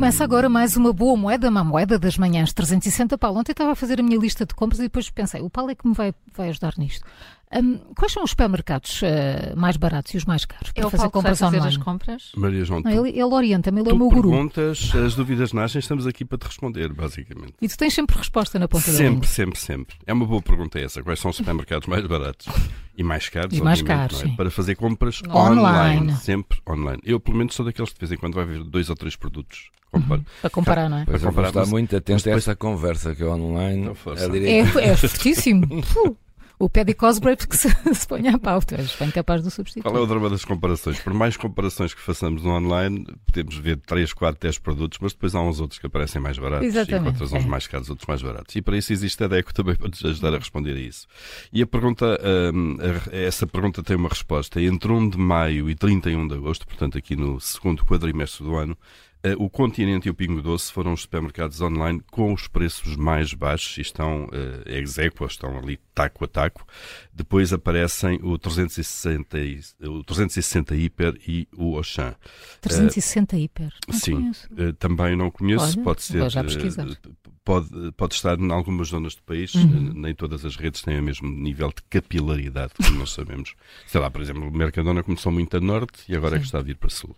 Começa agora mais uma boa moeda, uma moeda das manhãs 360 Paulo. Ontem estava a fazer a minha lista de compras e depois pensei, o Paulo é que me vai, vai ajudar nisto. Hum, quais são os supermercados eh, mais baratos e os mais caros para É o fazer Paulo que vai compras fazer online? as compras. Maria João, Não, tu, ele ele orienta-me, ele é tu o meu guru. perguntas, as dúvidas nascem, estamos aqui para te responder, basicamente. E tu tens sempre resposta na ponta da língua. Sempre, sempre, sempre. É uma boa pergunta essa. Quais são os supermercados mais baratos e mais caros? E mais obviamente, caros, não é? sim. Para fazer compras Online. online. Sempre online. Eu, pelo menos, sou daqueles que de vez em quando vai ver dois ou três produtos. Comparo. Para comparar, não é? Para Pois eu vou comparar, estar mas- muito atento a depois- essa conversa que é online. Então, força. É direito. É, é fortíssimo. Puh, o pé de Cosgrave que se, se põe à pau. Tu és bem capaz do substituir. Qual é o drama das comparações? Por mais comparações que façamos no online, podemos ver 3, 4, 10 produtos, mas depois há uns outros que aparecem mais baratos Exatamente, e encontras uns é. mais caros, outros mais baratos. E para isso existe a DECO também para nos ajudar a responder a isso. E a pergunta, hum, a- essa pergunta tem uma resposta. Entre 1 de maio e 31 de agosto, portanto aqui no segundo quadrimestre do ano, eh, o Continente e o Pingo Doce foram os supermercados online com os preços mais baixos e estão eh, ex aequo, estão ali taco a taco. Depois aparecem o 360, e- o 360 Hiper e o Auchan. 360 hiper. Não Sim, conheço. Eh, também não conheço, Olha, pode ser. vou já eh, pesquisar. Pode, pode estar em algumas zonas do país, Uhum. eh, nem todas as redes têm o mesmo nível de capilaridade, como nós sabemos. Sei lá, por exemplo, o Mercadona começou muito a norte e agora é que está a vir para sul.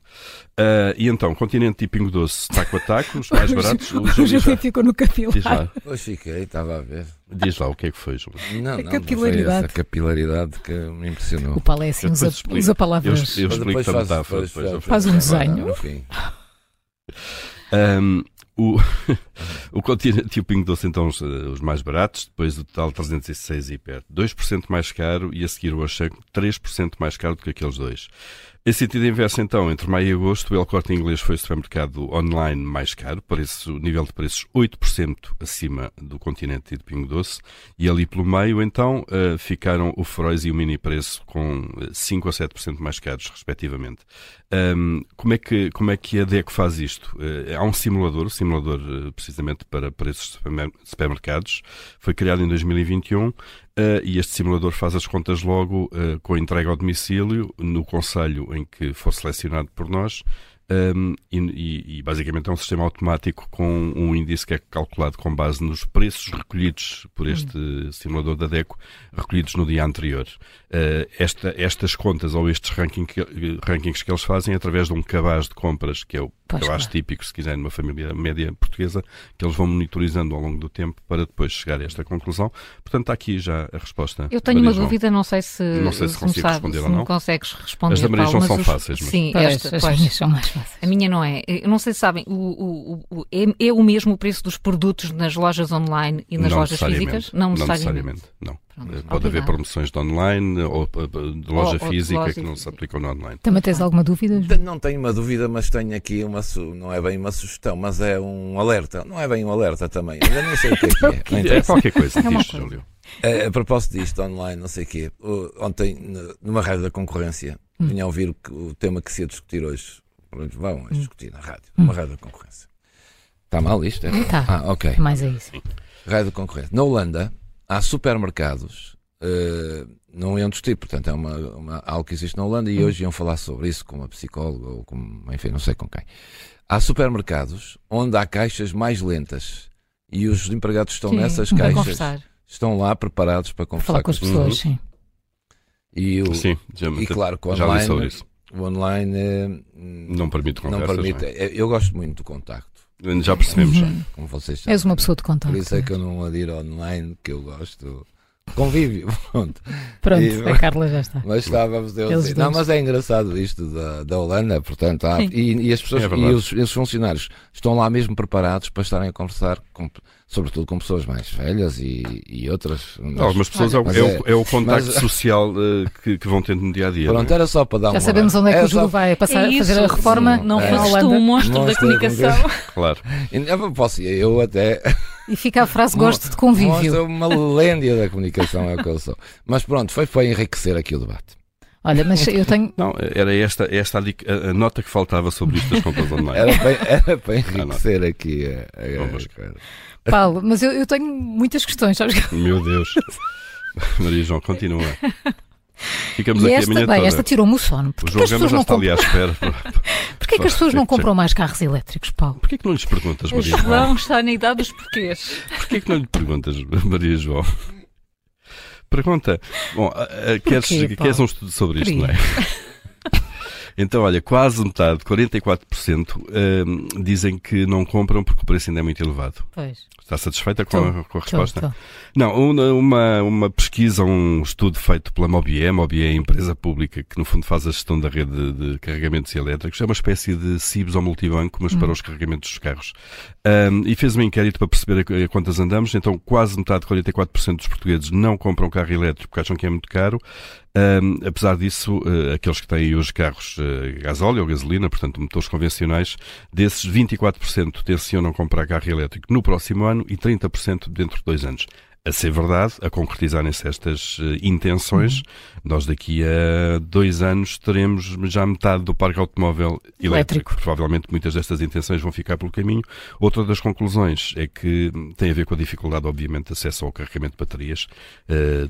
Ah, e então, continente e Pingo Doce, taco a taco, os mais baratos. O o Júlio já- Júlio ficou no cabelo. diz, lá, Hoje fiquei, estava a ver. diz lá o que é que foi, João. Não, É. A não, capilaridade. Foi essa capilaridade que me O impressionou. Paulo é assim, Eu usa, depois explico. usa Eu, eu palavras. explico a metáfora. depois depois eu Faz um desenho. Enfim, Um, o, o Continente e o Pingo Doce, então, os, eh, os mais baratos, depois o total 306 e perto. 2% mais caro e a seguir o Auchan 3% mais caro do que aqueles dois. Em sentido inverso, então, entre maio e agosto, o El Corte Inglês foi o supermercado online mais caro, preço, nível de preços 8% acima do Continente e do Pingo Doce, e ali pelo meio, então, eh, ficaram o Frois e o Mini Preço com eh, 5 ou 7% mais caros, respectivamente. Ahm, como, é que, como é que a DECO faz isto? Eh, há um simulador, simulador eh, precisamente para preços de supermer- supermercados, foi criado em 2021 eh, e este simulador faz as contas logo eh, com a entrega ao domicílio no conselho em que for selecionado por nós. ahm, e, e- e basicamente é um sistema automático com um índice que é calculado com base nos preços recolhidos por este simulador da DECO, recolhidos no dia anterior. Eh, esta- estas contas ou estes ranking que- eh, rankings que eles fazem através de um cabaz de compras, que é o Pois, cabaz claro. típico, se quiser, numa família média portuguesa, que eles vão monitorizando ao longo do tempo para depois chegar a esta conclusão. Portanto, está aqui já a resposta. Eu tenho Maria uma João. dúvida, não sei se, Não sei se me consigo sabe- responder se ou não. me consegues responder. As da Maria Paulo, João são os- fáceis, mas- Sim, Pois, esta, as pois. minhas são mais fáceis. A minha não é. Eu não sei se sabem, o, o- o- o- é, é o mesmo o preço dos produtos nas lojas online e nas não lojas necessariamente. físicas? Não necessariamente. Não. Pronto, Eh, Pode obrigada. haver promoções de online ou eh, de Ou- ou loja de física loja que não se física. Então, aplicam no online. Também tens alguma dúvida? João? Tenho- não tenho uma dúvida, mas tenho aqui uma. su- Não é bem uma sugestão, mas é um alerta. Não é bem um alerta também. Ainda nem sei o que é que é. Não É interessa. É, qualquer coisa, É uma diz, coisa. Júlio. A, a propósito disto, online, não sei o quê, o- ontem, n- numa rádio da concorrência, Hum. vinha a ouvir o que- o tema que se ia discutir hoje. Pronto, vão Hum. a discutir na rádio, numa rádio da concorrência. Está mal isto? É? Tá. Ah, ok. Mais é isso. Rádio da concorrência. Na Holanda, há supermercados, eh, não iam discutir, portanto, é uma, uma- algo que existe na Holanda e hoje iam falar sobre isso com uma psicóloga ou com, enfim, não sei com quem. Há supermercados onde há caixas mais lentas e os empregados estão Sim, nessas para caixas. conversar. Estão lá preparados para conversar Falar com as as pessoas, sim. e, o, Sim, já, e claro, que o já li sobre online, isso. o online eh, não, Não é? permite conversas. permite. eh, Eu eu gosto muito do contacto, não é? Já percebemos. já. como vocês sabem. Uhum. És uma pessoa de contato. Por isso é que eu não adiro online, que eu gosto. Convívio, pronto. Pronto, E- a Carla já está. Mas estávamos eu Eles dizer, Não, dois. mas é engraçado isto da, da Holanda, portanto, há- Sim. e, e as pessoas É e verdade. os, esses funcionários estão lá mesmo preparados para estarem a conversar, com- sobretudo com pessoas mais velhas e, e outras. mas- Algumas pessoas é, o- mas é o- é o contacto mas- social eh, que, que vão tendo no dia é? a dia. Pronto, era só para dar Já um sabemos onde é que era o Júlio só- vai passar, É isso. fazer a reforma. Não, na é. Foste Holanda. um monstro, da Monstro da comunicação. Claro. Eu posso, eu até E fica a frase gosto de convívio. mostro uma lêndia da comunicação, é o que eu sou. Mas pronto, foi para enriquecer aqui o debate. Olha, mas eu tenho. Não, era esta, esta a, dica- a- a nota que faltava sobre isto das compras online. Era para, era para enriquecer aqui a, a, Vamos. coisa. Paulo, mas eu, eu tenho muitas questões, sabes? Meu Deus. Maria João, continua. Ficamos E aqui esta, amanhã bem, toda. esta tirou-me o sono. O Porquê que João as Gama pessoas já não está ali à compram? espera. Porquê que as pessoas não compram mais carros elétricos, Paulo? Porquê que não lhes perguntas, O Maria João? João está na idade dos porquês. Porquê que não lhe perguntas, Maria João? Pergunta. Bom, ah, ah, queres, Paulo? queres um estudo sobre isto, Queria. não é? Então, olha, quase metade, 44%, hum, dizem que não compram porque o preço ainda é muito elevado. Pois. Está satisfeita com, a, com Estou, a resposta? estou. Não, uma- uma, uma pesquisa, um estudo feito pela Mobiem, Mobiem é a empresa pública que no fundo faz a gestão da rede de carregamentos elétricos, é uma espécie de CIBS ou multibanco, mas para os carregamentos dos carros. Ahm, e fez um inquérito para perceber a, a quantas andamos, então quase metade, 44% dos portugueses não compram carro elétrico porque acham que é muito caro. Ahm, apesar disso, eh, aqueles que têm hoje carros eh, gasóleo ou gasolina, portanto motores convencionais, desses 24% tencionam comprar carro elétrico no próximo ano e 30% dentro de dois anos a ser verdade, a concretizarem-se estas eh, intenções, nós daqui a dois anos teremos já metade do parque automóvel elétrico. Elétrico. Provavelmente muitas destas intenções vão ficar pelo caminho. Outra das conclusões é que hum, tem a ver com a dificuldade, obviamente, de acesso ao carregamento de baterias. Eh,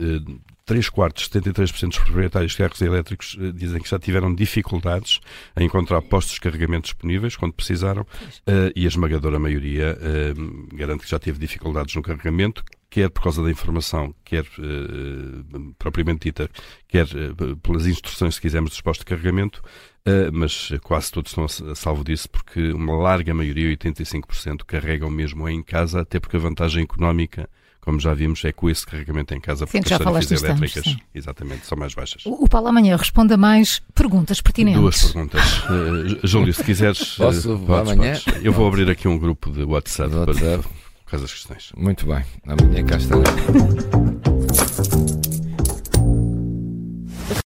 eh, Três quartos, 73% dos proprietários de carros elétricos eh, dizem que já tiveram dificuldades a encontrar postos de carregamento disponíveis quando precisaram eh, e a esmagadora maioria eh, garante que já teve dificuldades no carregamento, quer por causa da informação, quer eh, propriamente dita, quer eh, pelas instruções, se quisermos, dos postos de carregamento, eh, mas quase todos estão a s- a salvo disso porque uma larga maioria, 85%, carregam mesmo em casa, até porque a vantagem económica como já vimos, é com esse carregamento em casa, Sim, porque já as tarifas falaste isto antes, elétricas, sim. exatamente, são mais baixas. O o Paulo amanhã responde a mais perguntas pertinentes. Duas perguntas. Eh, Júlio, se quiseres. eh, Posso? podes, Amanhã? podes. Eu vou abrir aqui um grupo de WhatsApp WhatsApp. para por causa das questões. Muito bem. Amanhã cá estará.